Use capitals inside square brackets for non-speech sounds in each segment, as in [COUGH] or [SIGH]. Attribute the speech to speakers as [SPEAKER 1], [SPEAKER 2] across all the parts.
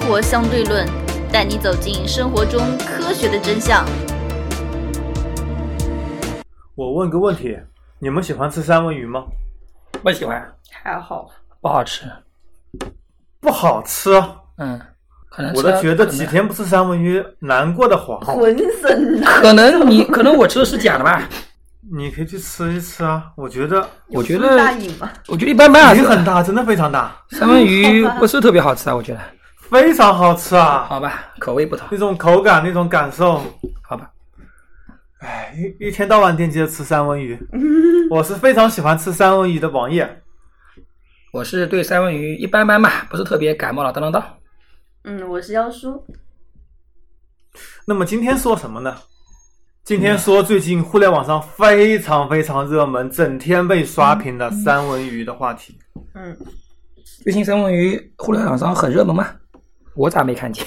[SPEAKER 1] 活相对论》，带你走进生活中科学的真相。
[SPEAKER 2] 我问个问题，你们喜欢吃三文鱼吗？
[SPEAKER 3] 不喜欢，
[SPEAKER 4] 还好，
[SPEAKER 3] 不好吃。
[SPEAKER 2] 不好吃，啊
[SPEAKER 3] 嗯，可能
[SPEAKER 2] 我
[SPEAKER 3] 吃
[SPEAKER 2] 都
[SPEAKER 3] 了
[SPEAKER 2] 觉得
[SPEAKER 3] 可能
[SPEAKER 2] 几天不吃三文鱼难过的慌。
[SPEAKER 4] 浑身呐。
[SPEAKER 3] 可能你 [LAUGHS] 可能我吃的是假的吧？
[SPEAKER 2] 你可以去吃一吃啊，我觉得
[SPEAKER 3] 我觉
[SPEAKER 4] 有这么大
[SPEAKER 3] 得
[SPEAKER 4] 瘾吗？
[SPEAKER 3] 我觉得一般般啊。
[SPEAKER 2] 鱼很大，真的非常大，
[SPEAKER 3] 三文鱼不是特别好吃啊，我觉得。
[SPEAKER 2] 非常好吃啊，
[SPEAKER 3] 好吧，口味不同，
[SPEAKER 2] 那种口感，那种感受，
[SPEAKER 3] 好吧。
[SPEAKER 2] 哎，一一天到晚惦记着吃三文
[SPEAKER 3] [LAUGHS]
[SPEAKER 2] 鱼。我是非常喜欢吃三文鱼的王爷，
[SPEAKER 3] 我是对三文鱼一般般吧，不是特别感冒了。当当当，
[SPEAKER 4] [LAUGHS] 嗯，我是妖叔。
[SPEAKER 2] 那么今天说什么呢？今天说最近互联网上非常非常热门、整天被刷屏的三文鱼的话题。
[SPEAKER 4] 嗯，
[SPEAKER 3] 最近三文鱼互联网上很热门吗？我咋没看见？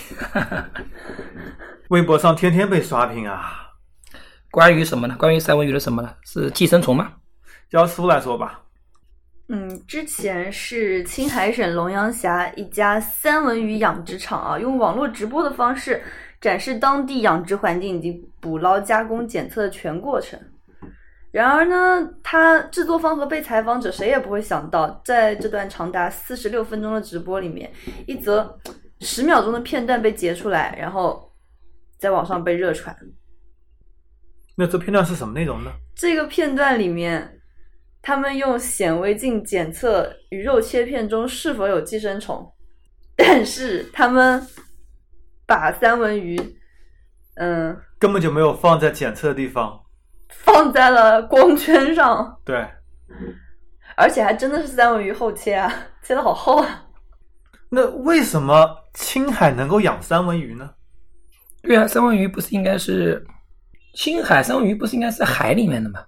[SPEAKER 2] 微博上天天被刷屏啊。
[SPEAKER 3] 关于什么呢？关于三文鱼的什么呢？是寄生虫吗？
[SPEAKER 2] 教书来说吧，
[SPEAKER 4] 嗯，之前是青海省龙阳峡一家三文鱼养殖场啊，用网络直播的方式展示当地养殖环境以及捕捞、加工、检测的全过程。然而呢，他制作方和被采访者谁也不会想到，在这段长达四十六分钟的直播里面，一则十秒钟的片段被截出来，然后在网上被热传。
[SPEAKER 2] 那这片段是什么内容呢？
[SPEAKER 4] 这个片段里面，他们用显微镜检测鱼肉切片中是否有寄生虫，但是他们把三文鱼，嗯，
[SPEAKER 2] 根本就没有放在检测的地方。
[SPEAKER 4] 放在了光圈上，
[SPEAKER 2] 对，
[SPEAKER 4] 而且还真的是三文鱼厚切啊，切的好厚啊。
[SPEAKER 2] 那为什么青海能够养三文鱼呢？
[SPEAKER 3] 对啊，三文鱼不是应该是青海三文鱼不是应该是海里面的吗？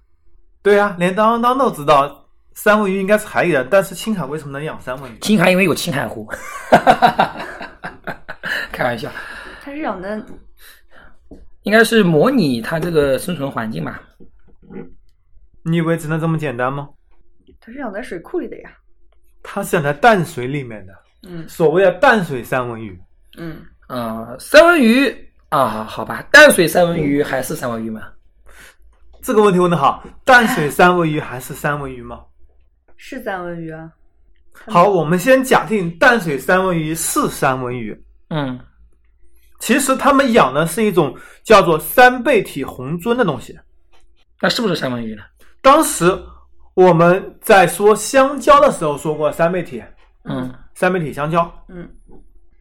[SPEAKER 2] 对啊，连当当都知道三文鱼应该是海里的，但是青海为什么能养三文鱼？
[SPEAKER 3] 青海因为有青海湖， [LAUGHS] 开玩笑，
[SPEAKER 4] 它是养的，
[SPEAKER 3] 应该是模拟它这个生存环境吧。
[SPEAKER 2] 你以为只能这么简单吗？
[SPEAKER 4] 它是养在水库里的呀。
[SPEAKER 2] 它是养在淡水里面的，
[SPEAKER 4] 嗯
[SPEAKER 2] 所谓的淡水三文鱼。
[SPEAKER 4] 嗯，
[SPEAKER 3] 呃，三文鱼啊，好吧，淡水三文鱼还是三文鱼吗？
[SPEAKER 2] 这个问题问得好，淡水三文鱼还是三文鱼吗？
[SPEAKER 4] 是三文鱼啊。
[SPEAKER 2] 好，我们先假定淡水三文鱼是三文鱼，
[SPEAKER 3] 嗯，
[SPEAKER 2] 其实他们养的是一种叫做三倍体虹鳟的东西。
[SPEAKER 3] 那是不是三文鱼呢？
[SPEAKER 2] 当时我们在说香蕉的时候说过三倍体，
[SPEAKER 3] 嗯，
[SPEAKER 2] 三倍体香蕉。
[SPEAKER 4] 嗯，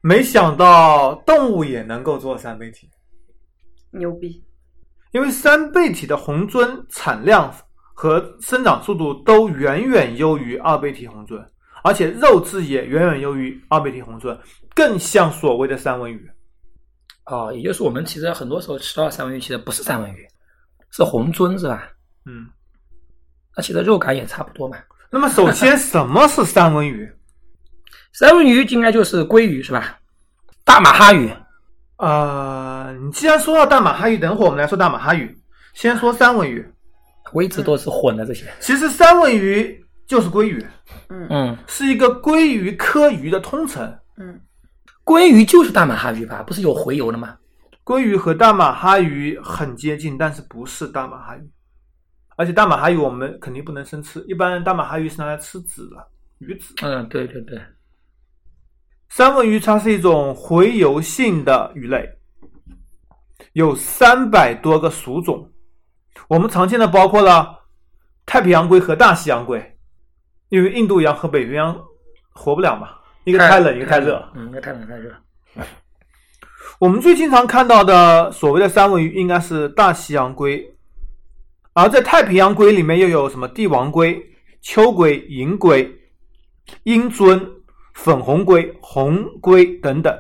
[SPEAKER 2] 没想到动物也能够做三倍体，
[SPEAKER 4] 牛逼。
[SPEAKER 2] 因为三倍体的虹鳟产量和生长速度都远远优于二倍体虹鳟，而且肉质也远远优于二倍体虹鳟，更像所谓的三文鱼。
[SPEAKER 3] 哦，也就是我们其实很多时候吃到的三文鱼，其实不是三文鱼，是红鳟是吧？
[SPEAKER 2] 嗯，
[SPEAKER 3] 那其实肉感也差不多嘛。
[SPEAKER 2] 那么首先什么是三文鱼？
[SPEAKER 3] 三文鱼应该就是鲑鱼是吧？大马哈鱼，
[SPEAKER 2] 呃，你既然说到大马哈鱼，等会儿我们来说大马哈鱼，先说三文鱼。
[SPEAKER 3] 我一直都是混的这些。
[SPEAKER 2] 其实三文鱼就是鲑鱼，
[SPEAKER 3] 嗯，
[SPEAKER 2] 是一个鲑鱼科鱼的通称。
[SPEAKER 4] 嗯
[SPEAKER 3] 鲑鱼就是大马哈鱼吧？不是有洄游的吗？
[SPEAKER 2] 鲑鱼和大马哈鱼很接近，但是不是大马哈鱼。而且大马哈鱼我们肯定不能生吃，一般大马哈鱼是拿来吃籽的，鱼籽。
[SPEAKER 3] 嗯，对对对。
[SPEAKER 2] 三文鱼它是一种洄游性的鱼类，有三百多个属种。我们常见的包括了太平洋鲑和大西洋鲑，因为印度洋和北冰洋活不了嘛，一
[SPEAKER 3] 一
[SPEAKER 2] 个太冷，一个太热。
[SPEAKER 3] 嗯，一个太冷太热。
[SPEAKER 2] 我们最经常看到的所谓的三文鱼应该是大西洋鲑，而在太平洋鲑里面又有什么帝王鲑、秋鲑、银鲑、鹰鳟、粉红鲑、红鲑等等。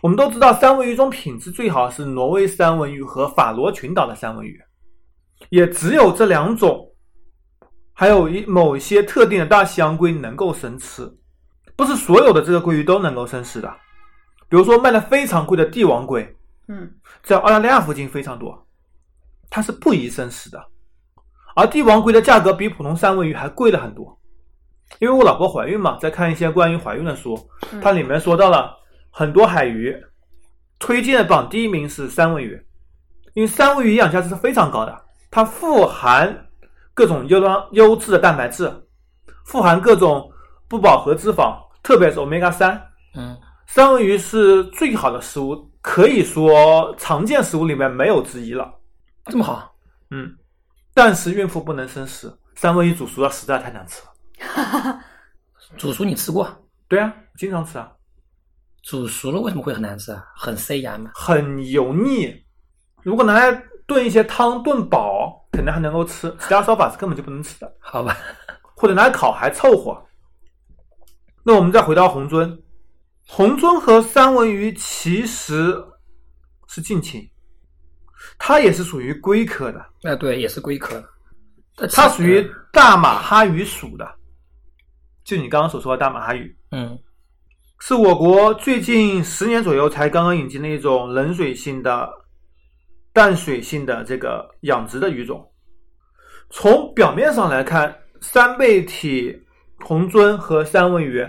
[SPEAKER 2] 我们都知道，三文鱼中品质最好是挪威三文鱼和法罗群岛的三文鱼，也只有这两种，还有一某一些特定的大西洋鲑能够生吃，不是所有的这个鲑鱼都能够生吃的。比如说卖的非常贵的帝王鲑，
[SPEAKER 4] 嗯
[SPEAKER 2] 在澳大利亚附近非常多，它是不宜生食的。而帝王鲑的价格比普通三文鱼还贵了很
[SPEAKER 4] 嗯
[SPEAKER 2] 多，因为我老婆怀孕嘛，在看一些关于怀孕的书，它里面说到了很多海鱼，推荐的榜第一名是三文鱼，因为三文鱼营养价值是非常高的，它富含各种优良优质的蛋白质，富含各种不饱和脂肪，特别是 omega 三。
[SPEAKER 3] 嗯，
[SPEAKER 2] 三文鱼是最好的食物，可以说常见食物里面没有之一了。
[SPEAKER 3] 这么好，
[SPEAKER 2] 嗯，但是孕妇不能生食，三文鱼煮熟了实在太难吃了。
[SPEAKER 3] 煮熟你吃过？
[SPEAKER 2] 对啊，我经常吃啊，
[SPEAKER 3] 煮熟了为什么会很难吃啊？很塞牙嘛。
[SPEAKER 2] 很油腻。如果拿来炖一些汤炖饱，可能还能够吃，其他烧法是根本就不能吃的。
[SPEAKER 3] 好吧，
[SPEAKER 2] 或者拿来烤还凑合。那我们再回到红鳟，红鳟和三文鱼其实是近亲，它也是属于龟科的，
[SPEAKER 3] 那对，也是龟壳，但
[SPEAKER 2] 它属于大马哈鱼属的，就你刚刚所说的大马哈鱼，
[SPEAKER 3] 嗯
[SPEAKER 2] 是我国最近十年左右才刚刚引进的一种冷水性的、淡水性的这个养殖的鱼种。从表面上来看，三倍体红鳟和三文鱼，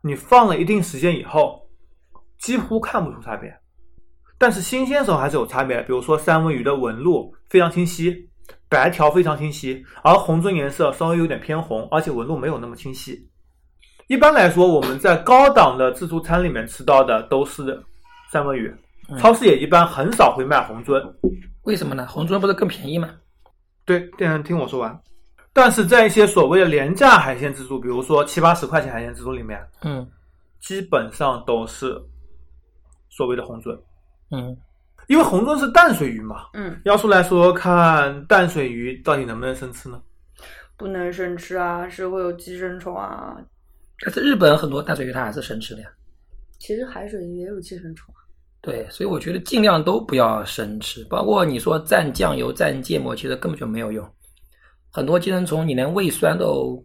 [SPEAKER 2] 你放了一定时间以后，几乎看不出差别。但是新鲜时候还是有差别的，比如说三文鱼的纹路非常清晰，白条非常清晰，而红鳟颜色稍微有点偏红，而且纹路没有那么清晰。一般来说，我们在高档的自助餐里面吃到的都是三文鱼，
[SPEAKER 3] 嗯
[SPEAKER 2] 超市也一般很少会卖红鳟。
[SPEAKER 3] 为什么呢？红鳟不是更便宜吗？
[SPEAKER 2] 对，店员听我说完。但是在一些所谓的廉价海鲜自助，比如说七八十块钱海鲜自助里面，
[SPEAKER 3] 嗯
[SPEAKER 2] 基本上都是所谓的红鳟，
[SPEAKER 3] 嗯，
[SPEAKER 2] 因为红鳟是淡水鱼嘛。
[SPEAKER 4] 嗯，
[SPEAKER 2] 要是来说看淡水鱼到底能不能生吃呢？
[SPEAKER 4] 不能生吃啊，是会有寄生虫啊。
[SPEAKER 3] 但是日本很多淡水鱼它还是生吃的呀。
[SPEAKER 4] 其实海水鱼也有寄生虫啊。
[SPEAKER 3] 对，所以我觉得尽量都不要生吃，包括你说蘸酱油、蘸芥末，其实根本就没有用。很多寄生虫，你连胃酸都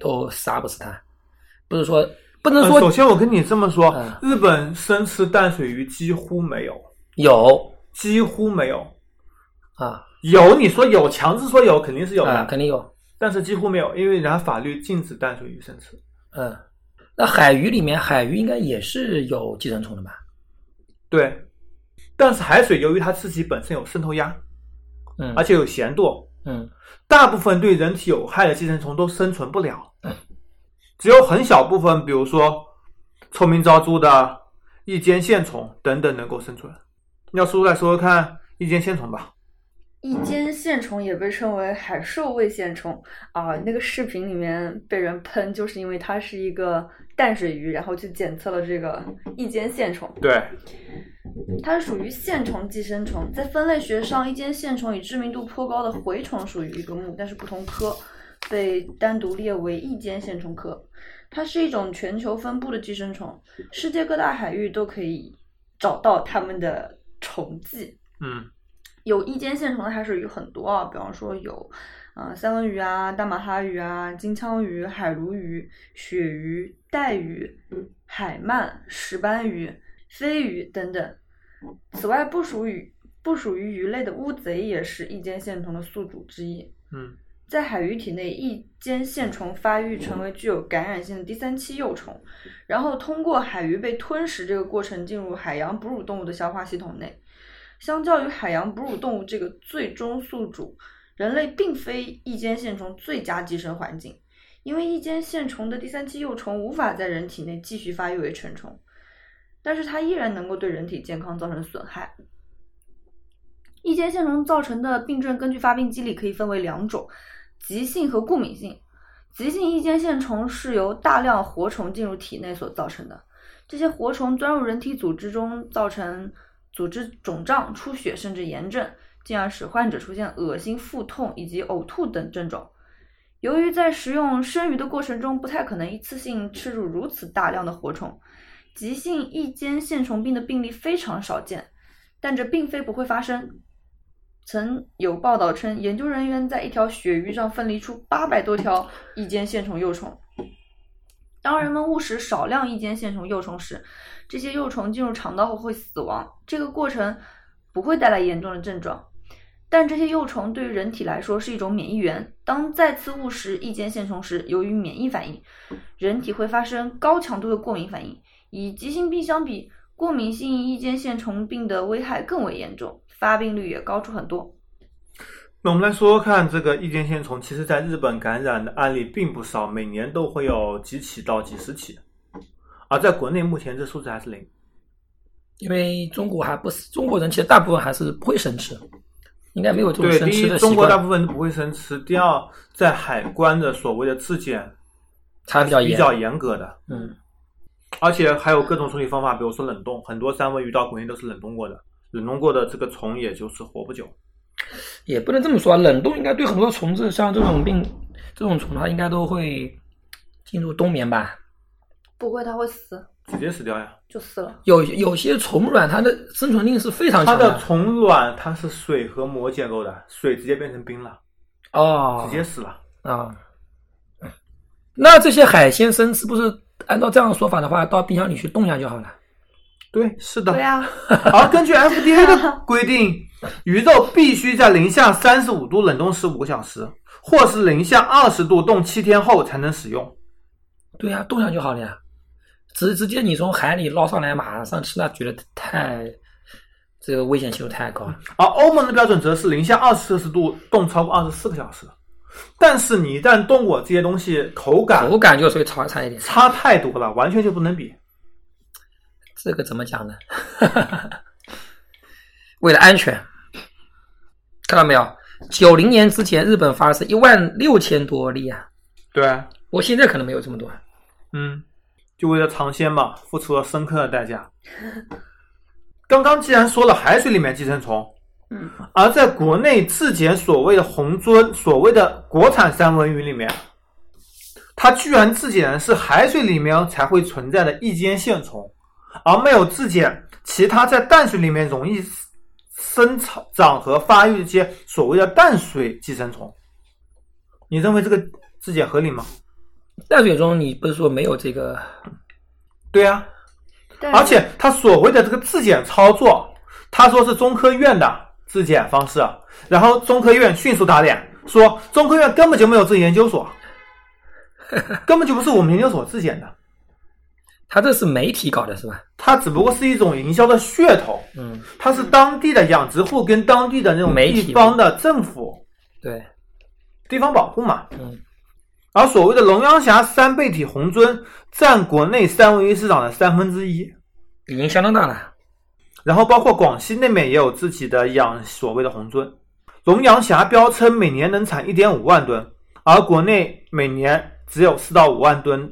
[SPEAKER 3] 都杀不死它，不是说不能
[SPEAKER 2] 呃首
[SPEAKER 3] 说
[SPEAKER 2] 先我跟你这么说，
[SPEAKER 3] 嗯
[SPEAKER 2] 日本生吃淡水鱼几乎没有，
[SPEAKER 3] 有
[SPEAKER 2] 几乎没有。
[SPEAKER 3] 啊
[SPEAKER 2] 有，你说有，强制说有肯定是有的，
[SPEAKER 3] 啊，肯定有。
[SPEAKER 2] 但是几乎没有，因为人家法律禁止淡水鱼生吃。
[SPEAKER 3] 嗯，那海鱼里面，海鱼应该也是有寄生虫的吧？
[SPEAKER 2] 对，但是海水由于它自己本身有渗透压，
[SPEAKER 3] 嗯，
[SPEAKER 2] 而且有咸度，
[SPEAKER 3] 嗯
[SPEAKER 2] 大部分对人体有害的寄生虫都生存不了，只有很小部分，比如说臭名昭著的异间线虫等等能够生存。要说来说说看异间线虫吧，
[SPEAKER 4] 一间线虫也被称为海兽胃线虫啊，那个视频里面被人喷，就是因为它是一个淡水鱼，然后去检测了这个一间线虫，
[SPEAKER 2] 对，
[SPEAKER 4] 它是属于线虫寄生虫，在分类学上，一间线虫以知名度颇高的蛔虫属于一个目，但是不同科，被单独列为一间线虫科。它是一种全球分布的寄生虫，世界各大海域都可以找到它们的虫迹。
[SPEAKER 2] 嗯，
[SPEAKER 4] 有一间线虫的海水鱼很多啊，比方说有，呃，三文鱼啊、大马哈鱼啊、金枪鱼、海鲈鱼、鳕鱼、带鱼、海鳗、石斑鱼、飞鱼等等。此外，不属于不属于鱼类的乌贼也是一间线虫的宿主之一。
[SPEAKER 2] 嗯，
[SPEAKER 4] 在海鱼体内，一间线虫发育成为具有感染性的第三期幼虫，然后通过海鱼被吞食这个过程进入海洋哺乳动物的消化系统内。相较于海洋哺乳动物这个最终宿主，人类并非异间线虫最佳寄生环境，因为异间线虫的第三期幼虫无法在人体内继续发育为成虫，但是它依然能够对人体健康造成损害。异间线虫造成的病症，根据发病机理可以分为两种：急性和过敏性。急性异间线虫是由大量活虫进入体内所造成的，这些活虫钻入人体组织中，造成组织肿胀、出血甚至炎症，进而使患者出现恶心、腹痛以及呕吐等症状。由于在食用生鱼的过程中，不太可能一次性吃入如此大量的活虫，急性异间线虫病的病例非常少见，但这并非不会发生。曾有报道称，研究人员在一条鳕鱼上分离出八百多条异间线虫幼虫。当人们误食少量异间线虫幼虫时，这些幼虫进入肠道后会死亡。这个过程不会带来严重的症状，但这些幼虫对于人体来说是一种免疫源。当再次误食异间线虫时，由于免疫反应，人体会发生高强度的过敏反应，与急性病相比，过敏性翼间线虫病的危害更为严重，发病率也高出很多。
[SPEAKER 2] 那我们来说说看，这个翼间线虫，其实在日本感染的案例并不少，每年都会有几起到几十起，而在国内目前这数字还是零。
[SPEAKER 3] 因为中国还不是中国人，其实大部分还是不会生吃，应该没有这种
[SPEAKER 2] 对，
[SPEAKER 3] 生
[SPEAKER 2] 第
[SPEAKER 3] 吃
[SPEAKER 2] 一
[SPEAKER 3] 的，习
[SPEAKER 2] 中国大
[SPEAKER 3] 惯，
[SPEAKER 2] 部分是不会生吃；第二，在海关的所谓的质检
[SPEAKER 3] 查比较
[SPEAKER 2] 比
[SPEAKER 3] 严。
[SPEAKER 2] 较严格的，
[SPEAKER 3] 嗯，
[SPEAKER 2] 而且还有各种处理方法，比如说冷冻，很多三文鱼到国内都是冷冻过的，冷冻过的这个虫也就是活不久。
[SPEAKER 3] 也不能这么说啊，冷冻应该对很多虫子，像这种病，这种虫它应该都会进入冬眠吧。
[SPEAKER 4] 不会，它会死，
[SPEAKER 2] 直接死掉呀！
[SPEAKER 4] 就死了。
[SPEAKER 3] 有有些虫卵它的生存力是非常
[SPEAKER 2] 它
[SPEAKER 3] 强
[SPEAKER 2] 的虫卵它是水和膜结构的，水直接变成冰了，
[SPEAKER 3] 哦
[SPEAKER 2] 直，接死了。
[SPEAKER 3] 啊。那这些海鲜生吃，不是按照这样的说法的话，到冰箱里去冻一下就好了。
[SPEAKER 2] 对，是的。
[SPEAKER 4] 对啊，
[SPEAKER 2] 而根据 FDA 的规定，鱼肉必须在零下三十五度冷冻十五个小时，或是零下二十度冻七天后才能使用。
[SPEAKER 3] 对呀、冻上就好了呀。直直接你从海里捞上来，马上吃，那觉得太这个危险系数太高了。
[SPEAKER 2] 而欧盟的标准则是零下二摄氏度冻超过二十四个小时。但是你一旦冻过这些东西，口感
[SPEAKER 3] 口感就稍微差差一点，
[SPEAKER 2] 差太多了，完全就不能比。
[SPEAKER 3] 这个怎么讲呢？ [LAUGHS] 为了安全，看到没有？九零年之前，日本发生一万六千多例啊，
[SPEAKER 2] 对，
[SPEAKER 3] 我现在可能没有这么多。
[SPEAKER 2] 嗯，就为了尝鲜嘛，付出了深刻的代价。刚刚既然说了海水里面寄生虫，
[SPEAKER 4] 嗯，
[SPEAKER 2] 而在国内质检所谓的红鳟，所谓的国产三文鱼里面，它居然质检的是海水里面才会存在的翼间线虫，而没有质检其他在淡水里面容易生长和发育的一些所谓的淡水寄生虫。你认为这个质检合理吗？
[SPEAKER 3] 淡水中，你不是说没有这个？
[SPEAKER 2] 对呀、
[SPEAKER 4] 但是
[SPEAKER 2] 而且他所谓的这个质检操作，他说是中科院的质检方式，啊然后中科院迅速打脸，说中科院根本就没有这研究所，根本就不是我们研究所质检的，
[SPEAKER 3] 它这是媒体搞的是吧？
[SPEAKER 2] 它只不过是一种营销的噱头，
[SPEAKER 3] 嗯，
[SPEAKER 2] 它是当地的养殖户跟当地的那种
[SPEAKER 3] 媒体
[SPEAKER 2] 地方的政府
[SPEAKER 3] 对，
[SPEAKER 2] 地方保护嘛。
[SPEAKER 3] 嗯，
[SPEAKER 2] 而所谓的龙阳峡三倍体虹鳟占国内三文鱼市场的三分之一，
[SPEAKER 3] 已经相当大了。
[SPEAKER 2] 然后包括广西那边也有自己的养所谓的红鳟。龙阳峡标称每年能产一点五万吨，而国内每年只有四到五万吨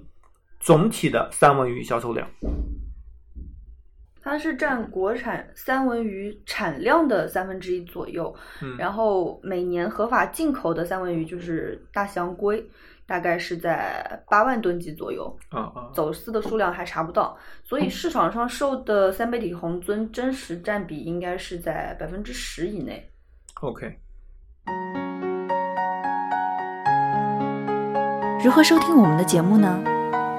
[SPEAKER 2] 总体的三文鱼销售量。
[SPEAKER 4] 它是占国产三文鱼产量的三分之一左右，
[SPEAKER 2] 嗯
[SPEAKER 4] 然后每年合法进口的三文鱼就是大西洋龟，大概是在八万吨级左右，
[SPEAKER 2] 啊啊！
[SPEAKER 4] 走私的数量还查不到，所
[SPEAKER 2] 嗯
[SPEAKER 4] 以市场上售的三倍体虹鳟真实占比应该是在百分之十以内。
[SPEAKER 2] OK，
[SPEAKER 1] 如何收听我们的节目呢？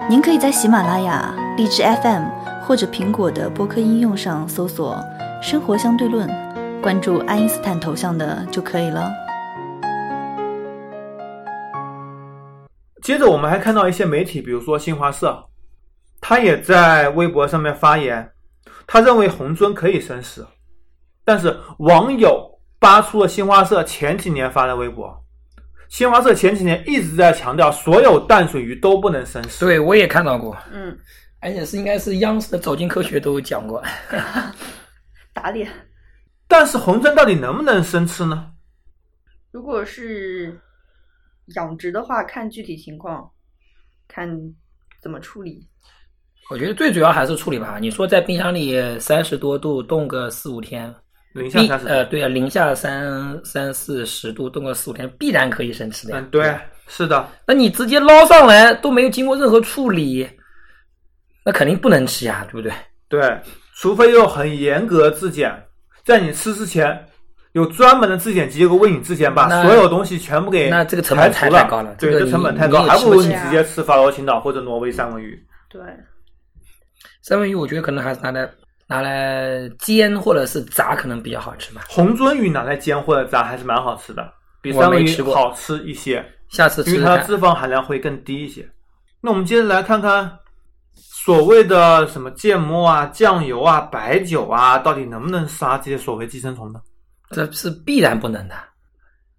[SPEAKER 1] 您可以在喜马拉雅、荔枝 FM 或者苹果的播客应用上搜索“生活相对论”，关注爱因斯坦头像的就可以了。
[SPEAKER 2] 接着我们还看到一些媒体，比如说新华社，他也在微博上面发言，他认为红鳟可以生食，但是网友扒出了新华社前几年发的微博。新华社前几年一直在强调，所有淡水鱼都不能生食。
[SPEAKER 3] 对，我也看到过，
[SPEAKER 4] 嗯，
[SPEAKER 3] 而且是应该是央视的《走进科学》都讲过。
[SPEAKER 4] 打脸。
[SPEAKER 2] 但是红鳟到底能不能生吃呢？
[SPEAKER 4] 如果是养殖的话，看具体情况，看怎么处理。
[SPEAKER 3] 我觉得最主要还是处理吧。你说在冰箱里三十多度冻个四五天，
[SPEAKER 2] 零下
[SPEAKER 3] 必
[SPEAKER 2] 三十
[SPEAKER 3] 呃对啊，零下三三四十度冻个四五天，必然可以生吃的呀。
[SPEAKER 2] 嗯，对，是的，
[SPEAKER 3] 那你直接捞上来都没有经过任何处理，那肯定不能吃呀，对不对？
[SPEAKER 2] 对，除非有很严格质检，在你吃之前有专门的质检机构为你质检，把
[SPEAKER 3] 那
[SPEAKER 2] 所有东西全部给
[SPEAKER 3] 那这个成本
[SPEAKER 2] 排除
[SPEAKER 3] 太高了
[SPEAKER 2] 对，
[SPEAKER 3] 这个
[SPEAKER 2] 这成本
[SPEAKER 3] 你
[SPEAKER 2] 太高，
[SPEAKER 3] 你也啊
[SPEAKER 2] 还
[SPEAKER 3] 吃
[SPEAKER 2] 不
[SPEAKER 3] 不
[SPEAKER 2] 如
[SPEAKER 4] 起
[SPEAKER 2] 你
[SPEAKER 4] 啊
[SPEAKER 2] 直接吃法罗群岛或者挪威三文鱼。
[SPEAKER 4] 对，
[SPEAKER 3] 三文鱼我觉得可能还是拿来拿来煎或者是炸，可能比较好吃吧。
[SPEAKER 2] 红鳟鱼拿来煎或者炸还是蛮好吃的，比
[SPEAKER 3] 我
[SPEAKER 2] 三文
[SPEAKER 3] 没
[SPEAKER 2] 鱼
[SPEAKER 3] 吃过
[SPEAKER 2] 好吃一些，
[SPEAKER 3] 下次
[SPEAKER 2] 因
[SPEAKER 3] 吃
[SPEAKER 2] 为
[SPEAKER 3] 吃
[SPEAKER 2] 它
[SPEAKER 3] 看
[SPEAKER 2] 的。脂肪含量会更低一些。那我们接着来看看所谓的什么芥末啊、酱油啊、白酒啊，到底能不能杀这些所谓寄生虫呢？
[SPEAKER 3] 这是必然不能的。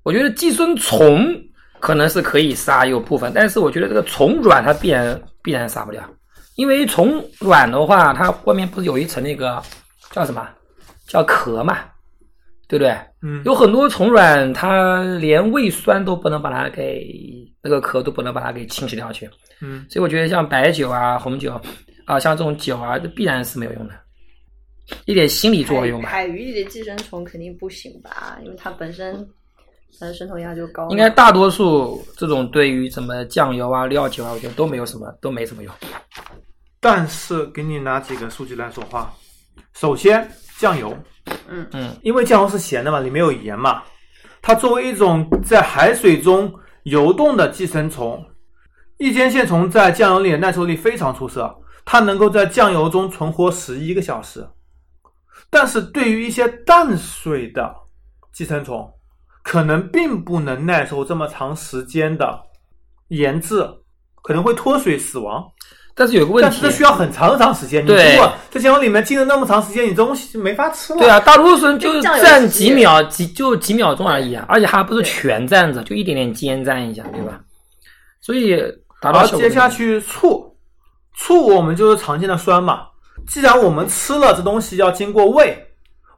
[SPEAKER 3] 我觉得寄生虫可能是可以杀有部分，但是我觉得这个虫卵它必然必然杀不了，因为虫卵的话，它外面不是有一层那个叫什么叫壳嘛，对不对？
[SPEAKER 2] 嗯，
[SPEAKER 3] 有很多虫卵，它连胃酸都不能把它给那个壳都不能把它给清洗掉去，
[SPEAKER 2] 嗯，
[SPEAKER 3] 所以我觉得像白酒啊、红酒啊，像这种酒啊，这必然是没有用的，一点心理作用吧。
[SPEAKER 4] 海鱼里的寄生虫肯定不行吧，因为它本身它的渗透压就高。
[SPEAKER 3] 应该大多数这种对于什么酱油啊、料酒啊，我觉得都没有什么，都没什么用。
[SPEAKER 2] 但是给你拿几个数据来说话。首先，酱油，
[SPEAKER 4] 嗯
[SPEAKER 3] 嗯，
[SPEAKER 2] 因为酱油是咸的嘛，里面有盐嘛，它作为一种在海水中游动的寄生虫，一间线虫在酱油里的耐受力非常出色，它能够在酱油中存活十一个小时。但是对于一些淡水的寄生虫，可能并不能耐受这么长时间的盐渍，可能会脱水死亡。
[SPEAKER 3] [LAUGHS] 但是有个问
[SPEAKER 2] 但
[SPEAKER 3] 题
[SPEAKER 2] 是这，需要很长很长时间。你
[SPEAKER 3] 对
[SPEAKER 2] 如果在酱油里面浸了那么长时间，你东西没法吃了。
[SPEAKER 3] 对，啊，大多数人就
[SPEAKER 4] 跟酱油
[SPEAKER 3] 站
[SPEAKER 4] 是一
[SPEAKER 3] 几
[SPEAKER 4] 样
[SPEAKER 3] 秒，几就几秒钟而已啊，而且还不是
[SPEAKER 4] 对
[SPEAKER 3] 全站着，就一点点煎蘸一下，对吧？所以
[SPEAKER 2] 然
[SPEAKER 3] 达到
[SPEAKER 2] 后
[SPEAKER 3] 效果
[SPEAKER 2] 接
[SPEAKER 3] 就
[SPEAKER 2] 下
[SPEAKER 3] 是
[SPEAKER 2] 去醋，醋我们就是常见的酸嘛。既然我们吃了这东西要经过胃，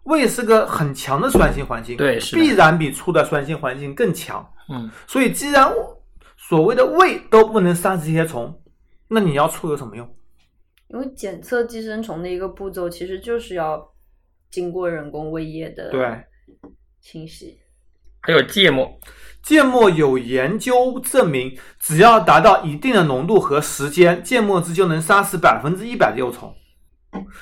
[SPEAKER 2] 胃是个很强的酸性环境，
[SPEAKER 3] 对是的
[SPEAKER 2] 必然比醋的酸性环境更强。
[SPEAKER 3] 嗯，
[SPEAKER 2] 所以既然我所谓的胃都不能杀这些虫，那你要醋有什么用？
[SPEAKER 4] 因为检测寄生虫的一个步骤，其实就是要经过人工胃液的
[SPEAKER 2] 对，
[SPEAKER 4] 清洗。
[SPEAKER 3] 还有芥末，
[SPEAKER 2] 芥末有研究证明，只要达到一定的浓度和时间，芥末汁就能杀死百分之一百的幼虫。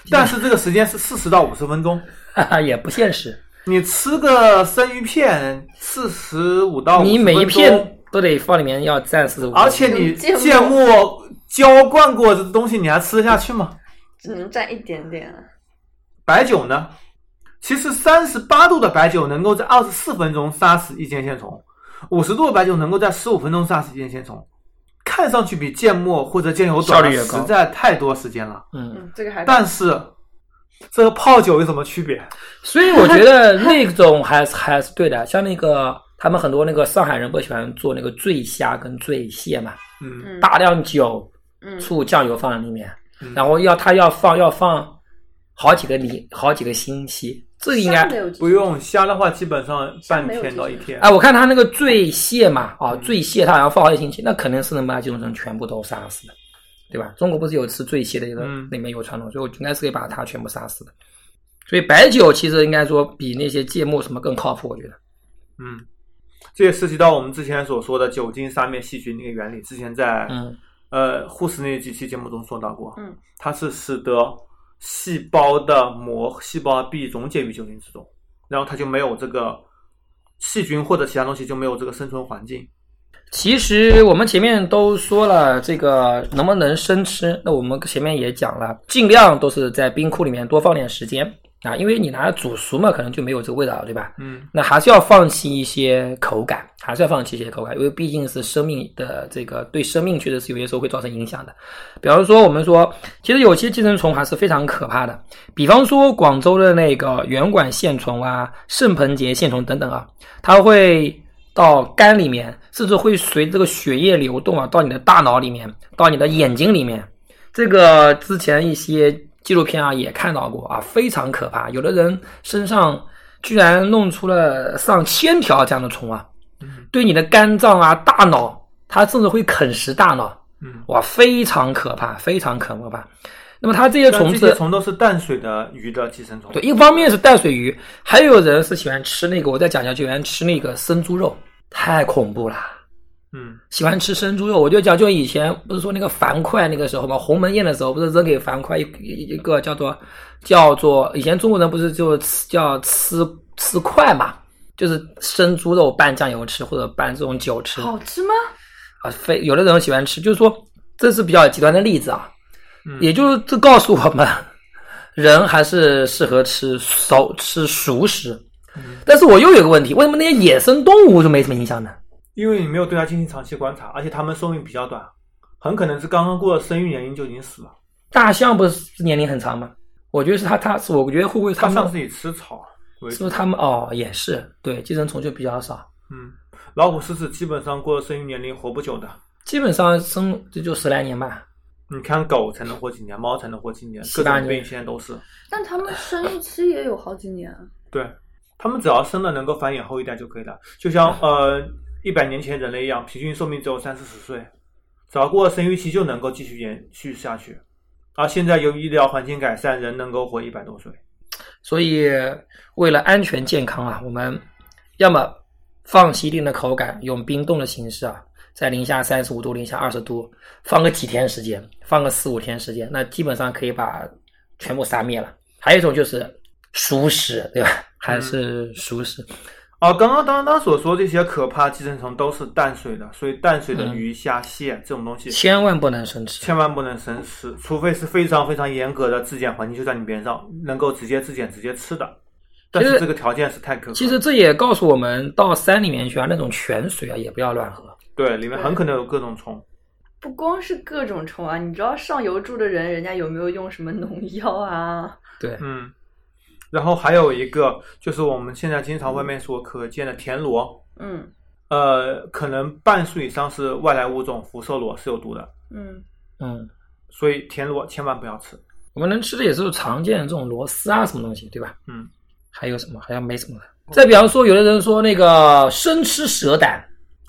[SPEAKER 2] 但是这个时间是四十到五十分钟，
[SPEAKER 3] 哈哈，也不现实，
[SPEAKER 2] 你吃个生鱼片四十五到啊五
[SPEAKER 3] 你
[SPEAKER 2] 十
[SPEAKER 3] 每一
[SPEAKER 2] 分
[SPEAKER 3] 片
[SPEAKER 2] 钟，
[SPEAKER 3] 都得放里面要蘸四十五，
[SPEAKER 2] 而且你
[SPEAKER 4] 芥末
[SPEAKER 2] 芥末浇灌过这东西，你还吃得下去吗？
[SPEAKER 4] 只能蘸一点点啊，
[SPEAKER 2] 白酒呢？其实三十八度的白酒能够在二十四分钟杀死一间线虫，五十度的白酒能够在十五分钟杀死一间线虫，看上去比芥末或者酱油短
[SPEAKER 3] 效
[SPEAKER 2] 了
[SPEAKER 3] 率也高
[SPEAKER 2] 实在太多时间了。
[SPEAKER 3] 嗯。
[SPEAKER 4] 嗯，这个还
[SPEAKER 2] 但是这个泡酒有什么区别？
[SPEAKER 3] 所以我觉得那种还是还是对的，像那个他们很多那个上海人不喜欢做那个醉虾跟醉蟹嘛，
[SPEAKER 2] 嗯，
[SPEAKER 4] 嗯
[SPEAKER 3] 大量酒、
[SPEAKER 4] 嗯
[SPEAKER 3] 醋、酱油放在里面，
[SPEAKER 2] 嗯
[SPEAKER 3] 然后要他要放要放好几个礼好几个星期，这应该
[SPEAKER 4] 虾没有寄生虫
[SPEAKER 2] 不用虾的话，基本上半天到一天。
[SPEAKER 3] 哎，我看他那个醉蟹嘛，
[SPEAKER 2] 嗯
[SPEAKER 3] 啊，醉蟹他好像放好几个星期，那肯定是能把寄生虫全部都杀死的，对吧？中国不是有吃醉蟹的一个
[SPEAKER 2] 嗯
[SPEAKER 3] 里面有传统，所以我应该是可以把它全部杀死的。所以白酒其实应该说比那些芥末什么更靠谱，我觉得。
[SPEAKER 2] 嗯，这也涉及到我们之前所说的酒精杀灭细菌那个原理，之前在
[SPEAKER 3] 嗯
[SPEAKER 2] 呃，护士那几期节目中说到过，
[SPEAKER 4] 嗯，
[SPEAKER 2] 它是使得细胞的膜、细胞壁溶解于酒精之中，然后它就没有这个细菌或者其他东西就没有这个生存环境。
[SPEAKER 3] 其实我们前面都说了，这个能不能生吃？那我们前面也讲了，尽量都是在冰库里面多放点时间啊，因为你拿来煮熟嘛，可能就没有这个味道了，对吧？
[SPEAKER 2] 嗯，
[SPEAKER 3] 那还是要放弃一些口感，还是要放弃一些口感，因为毕竟是生命的这个对生命确实是有些时候会造成影响的。比方说，我们说，其实有些寄生虫还是非常可怕的，比方说广州的那个圆管线虫啊、肾盆节线虫等等啊，它会到肝里面，甚至会随这个血液流动啊，到你的大脑里面，到你的眼睛里面。这个之前一些纪录片啊也看到过啊，非常可怕。有的人身上居然弄出了上千条这样的虫啊，
[SPEAKER 2] 嗯
[SPEAKER 3] 对你的肝脏啊、大脑，它甚至会啃食大脑。
[SPEAKER 2] 嗯，
[SPEAKER 3] 哇，非常可怕，非常可怕。那么它这些
[SPEAKER 2] 但
[SPEAKER 3] 虫
[SPEAKER 2] 这
[SPEAKER 3] 子
[SPEAKER 2] 些，虫都是淡水的鱼的寄生虫。
[SPEAKER 3] 对，，一方面是淡水鱼，还有人是喜欢吃那个，我再讲一下，就喜欢吃那个生猪肉，太恐怖了。
[SPEAKER 2] 嗯
[SPEAKER 3] 喜欢吃生猪肉，我就讲，就以前不是说那个樊哙那个时候嘛，鸿门宴的时候，不是扔给樊哙一一一个叫做叫做以前中国人不是就吃叫吃吃块嘛，就是生猪肉拌酱油吃或者拌这种酒吃，
[SPEAKER 4] 好吃吗？
[SPEAKER 3] 啊，非有的人喜欢吃，就是说这是比较极端的例子啊。
[SPEAKER 2] 嗯
[SPEAKER 3] 也就是这告诉我们， [LAUGHS] 人还是适合吃熟吃熟食。但是我又有个问题，为什么那些野生动物就没什么影响呢？
[SPEAKER 2] 因为你没有对它进行长期观察，而且它们寿命比较短，很可能是刚刚过了生育年龄就已经死了。
[SPEAKER 3] 大象不是年龄很长吗？我觉得是它，它是我觉得会不会它
[SPEAKER 2] 大
[SPEAKER 3] 们
[SPEAKER 2] 象自己吃草啊为
[SPEAKER 3] 是
[SPEAKER 2] 主
[SPEAKER 3] 不是它们哦也是对寄生虫就比较少，
[SPEAKER 2] 嗯，老虎、狮子基本上过了生育年龄活不久的。
[SPEAKER 3] 基本上生这就十来年吧。
[SPEAKER 2] 你看狗才能活几年，猫才能活几年，
[SPEAKER 3] 七
[SPEAKER 2] 各
[SPEAKER 3] 八
[SPEAKER 2] 种
[SPEAKER 3] 年
[SPEAKER 2] 病现在都是。
[SPEAKER 4] 但他们生育期也有好几年啊。
[SPEAKER 2] 对，它们只要生了能够繁衍后一代就可以了，就像呃一百年前人类一样，平均寿命只有三四十岁，只要过了生育期就能够继续延续下去。而现在由于医疗环境改善，人能够活一百多岁。
[SPEAKER 3] 所以为了安全健康啊，我们要么放西定的口感，用冰冻的形式啊，在零下三十五度、零下二十度放个几天时间，放个四五天时间，那基本上可以把全部杀灭了。还有一种就是熟食，对吧？还是熟食，
[SPEAKER 2] 啊，刚刚当当所说这些可怕寄生虫都是淡水的，所以淡水的
[SPEAKER 3] 嗯
[SPEAKER 2] 鱼、虾、蟹这种东西
[SPEAKER 3] 千万不能生吃。
[SPEAKER 2] 千万不能生吃，除非是非常非常严格的质检环境就在你边上，能够直接质检直接吃的。但
[SPEAKER 3] 其
[SPEAKER 2] 是
[SPEAKER 3] 实
[SPEAKER 2] 这个条件是太苛刻。
[SPEAKER 3] 其实这也告诉我们，到山里面去啊，那种泉水啊，也不要乱喝。
[SPEAKER 2] 对里面很可能有各种虫，
[SPEAKER 4] 不光是各种虫啊，你知道上游住的人，人家有没有用什么农药啊？
[SPEAKER 3] 对，
[SPEAKER 2] 嗯。然后还有一个就是我们现在经常外面所可见的田螺，
[SPEAKER 4] 嗯
[SPEAKER 2] 呃，可能半数以上是外来物种福寿螺是有毒的，
[SPEAKER 4] 嗯，
[SPEAKER 3] 嗯，
[SPEAKER 2] 所以田螺千万不要吃。
[SPEAKER 3] 我们能吃的也是常见的这种螺丝啊，什么东西，对吧？
[SPEAKER 2] 嗯，
[SPEAKER 3] 还有什么？好像没什么了。再比方说，有的人说那个生吃蛇胆，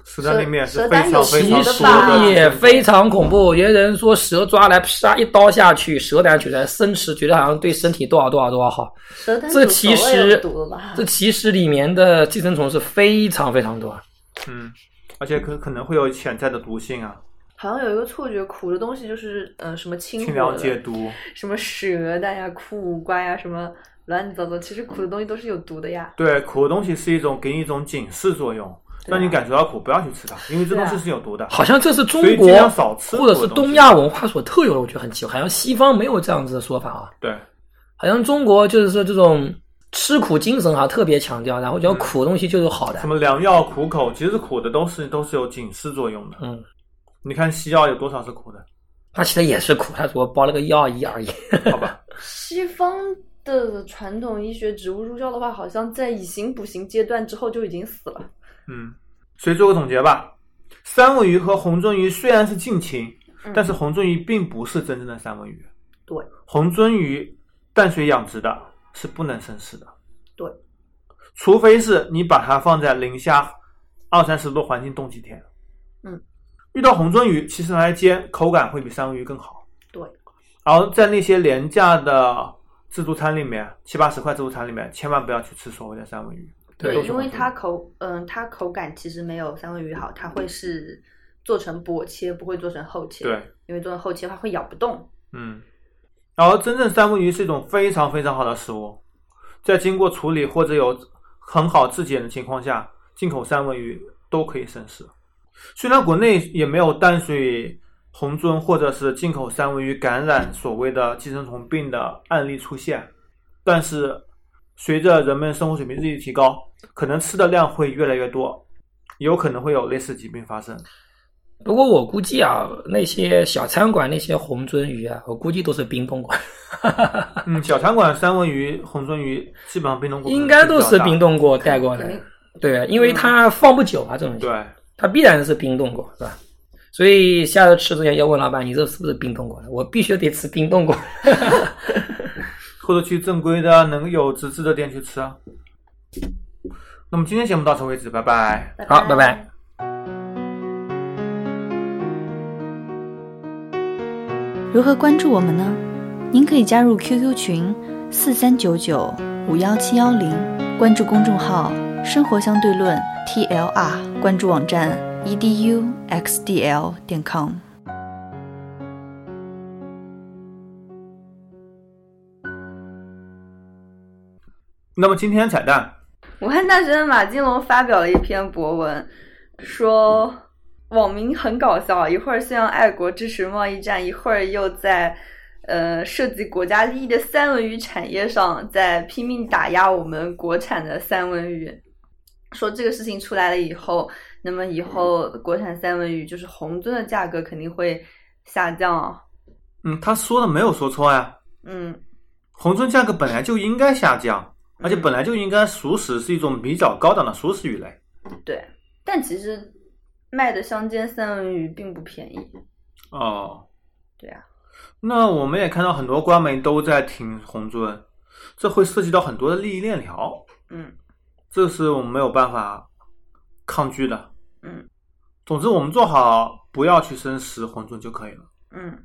[SPEAKER 2] 蛇胆里面也是
[SPEAKER 4] 蛇
[SPEAKER 2] 非
[SPEAKER 4] 胆有
[SPEAKER 2] 常哦非常
[SPEAKER 4] 毒的
[SPEAKER 2] 毒
[SPEAKER 4] 吧
[SPEAKER 2] 的寄
[SPEAKER 3] 也
[SPEAKER 2] 生虫，
[SPEAKER 3] 非常恐怖。有的人说蛇抓来啪一刀下去，蛇胆觉得生吃，觉得好像对身体多少多少多少好。
[SPEAKER 4] 蛇胆
[SPEAKER 3] 这
[SPEAKER 4] 酒
[SPEAKER 3] 其
[SPEAKER 4] 所谓有
[SPEAKER 3] 实
[SPEAKER 4] 毒了吧？
[SPEAKER 3] 这其实里面的寄生虫是非常非常多。
[SPEAKER 2] 嗯，而且可可能会有潜在的毒性啊，
[SPEAKER 4] 好像有一个错觉，苦的东西就是呃什么清
[SPEAKER 2] 清
[SPEAKER 4] 火
[SPEAKER 2] 凉
[SPEAKER 4] 的
[SPEAKER 2] 解毒。
[SPEAKER 4] 什么蛇蛋呀、苦瓜呀，什么乱七八糟，其实苦的东西都是有毒的呀。
[SPEAKER 2] 对，苦的东西是一种给你一种警示作用，
[SPEAKER 4] 对啊
[SPEAKER 2] 让你感觉到苦，不要去吃它，因为这
[SPEAKER 4] 对
[SPEAKER 2] 东
[SPEAKER 4] 啊
[SPEAKER 2] 西是有毒的。
[SPEAKER 3] 好像这是中
[SPEAKER 2] 所以尽
[SPEAKER 3] 国
[SPEAKER 2] 量少吃
[SPEAKER 3] 或者是
[SPEAKER 2] 苦的东西
[SPEAKER 3] 东亚文化所特有的，我觉得很奇怪，好像西方没有这样子的说法啊。
[SPEAKER 2] 对，
[SPEAKER 3] 好像中国就是说这种吃苦精神啊特别强调，然后觉得苦的东西就是好的
[SPEAKER 2] 什。么良药苦口，其实苦的都是都是有警示作用的。
[SPEAKER 3] 嗯，
[SPEAKER 2] 你看西药有多少是苦的？
[SPEAKER 3] [LAUGHS] 它其实也是苦，它只不过包了个药医而已。
[SPEAKER 2] 好吧，
[SPEAKER 4] 西方的传统医学植物入药的话，好像在以形补形阶段之后就已经死了。
[SPEAKER 2] 嗯，所以做个总结吧。三文鱼和红鳟鱼虽然是近亲，
[SPEAKER 4] 嗯
[SPEAKER 2] 但是红鳟鱼并不是真正的三文鱼。
[SPEAKER 4] 对，
[SPEAKER 2] 红鳟鱼淡水养殖的，是不能生吃的。
[SPEAKER 4] 对，
[SPEAKER 2] 除非是你把它放在零下二三十度环境冻几天。
[SPEAKER 4] 嗯，
[SPEAKER 2] 遇到红鳟鱼，其实拿来煎，口感会比三文鱼更好。
[SPEAKER 4] 对，
[SPEAKER 2] 然后在那些廉价的自助餐里面，七八十块自助餐里面，千万不要去吃所谓的三文鱼。
[SPEAKER 3] 对 [LAUGHS]
[SPEAKER 2] 都是
[SPEAKER 4] 因为
[SPEAKER 2] 红鳟鱼
[SPEAKER 4] 它口嗯，它口感其实没有三文鱼好，它会是做成薄切，不会做成厚切。
[SPEAKER 2] 对，
[SPEAKER 4] 因为做成厚切的话会咬不动。
[SPEAKER 2] 嗯，然后真正三文鱼是一种非常非常好的食物，在经过处理或者有很好质检的情况下，进口三文鱼都可以生食。虽然国内也没有淡水红鳟或者是进口三文鱼感染所谓的寄生虫病的案例出现，但是随着人们生活水平日益提高，可能吃的量会越来越多，有可能会有类似疾病发生。
[SPEAKER 3] 不过我估计啊，那些小餐馆那些红鳟鱼啊，我估计都是冰
[SPEAKER 2] [LAUGHS]
[SPEAKER 3] 冻过，
[SPEAKER 2] 嗯，小餐馆三文鱼、红鳟鱼基本上冰冻过，
[SPEAKER 3] 应该都是冰
[SPEAKER 2] 冻。
[SPEAKER 3] 冻过带过来
[SPEAKER 4] 肯
[SPEAKER 3] 的
[SPEAKER 4] 定。
[SPEAKER 3] 对，因为它放不久啊，这种东西，
[SPEAKER 2] 对，
[SPEAKER 3] 它必然是冰冻过，是吧？所以下次吃之前要问老板，你这是不是冰冻过的？我必须得吃冰冻过。
[SPEAKER 2] 或者去正规的能有直制的店去吃啊。那么今天节目到此为止，拜拜。
[SPEAKER 3] 好
[SPEAKER 4] 嗯
[SPEAKER 3] 拜拜
[SPEAKER 1] 如何关注我们呢？您可以加入 QQ 群四三九九五幺七幺零，关注公众号“生活相对论 ”TLR，关注网站 E eduxdl 点 com。
[SPEAKER 2] 那么今天彩蛋，
[SPEAKER 4] 武汉大学的马金龙发表了一篇博文，说网民很搞笑啊，一会儿宣扬爱国支持贸易战，一会儿又在呃涉及国家利益的三文鱼产业上在拼命打压我们国产的三文鱼。说这个事情出来了以后，那么以后国产三文鱼就是红鳟的价格肯定会下降啊。
[SPEAKER 2] 嗯，他说的没有说错呀、
[SPEAKER 4] 嗯
[SPEAKER 2] 红鳟价格本来就应该下降，而且本来就应该熟食是一种比较高档的熟食鱼类。
[SPEAKER 4] 对，但其实卖的香煎三文鱼并不便宜。
[SPEAKER 2] 哦，
[SPEAKER 4] 对啊，
[SPEAKER 2] 那我们也看到很多官媒都在挺红鳟，这会涉及到很多的利益链条，
[SPEAKER 4] 嗯
[SPEAKER 2] 这是我们没有办法抗拒的。
[SPEAKER 4] 嗯
[SPEAKER 2] 总之，我们做好不要去生食红鳟就可以了。
[SPEAKER 4] 嗯，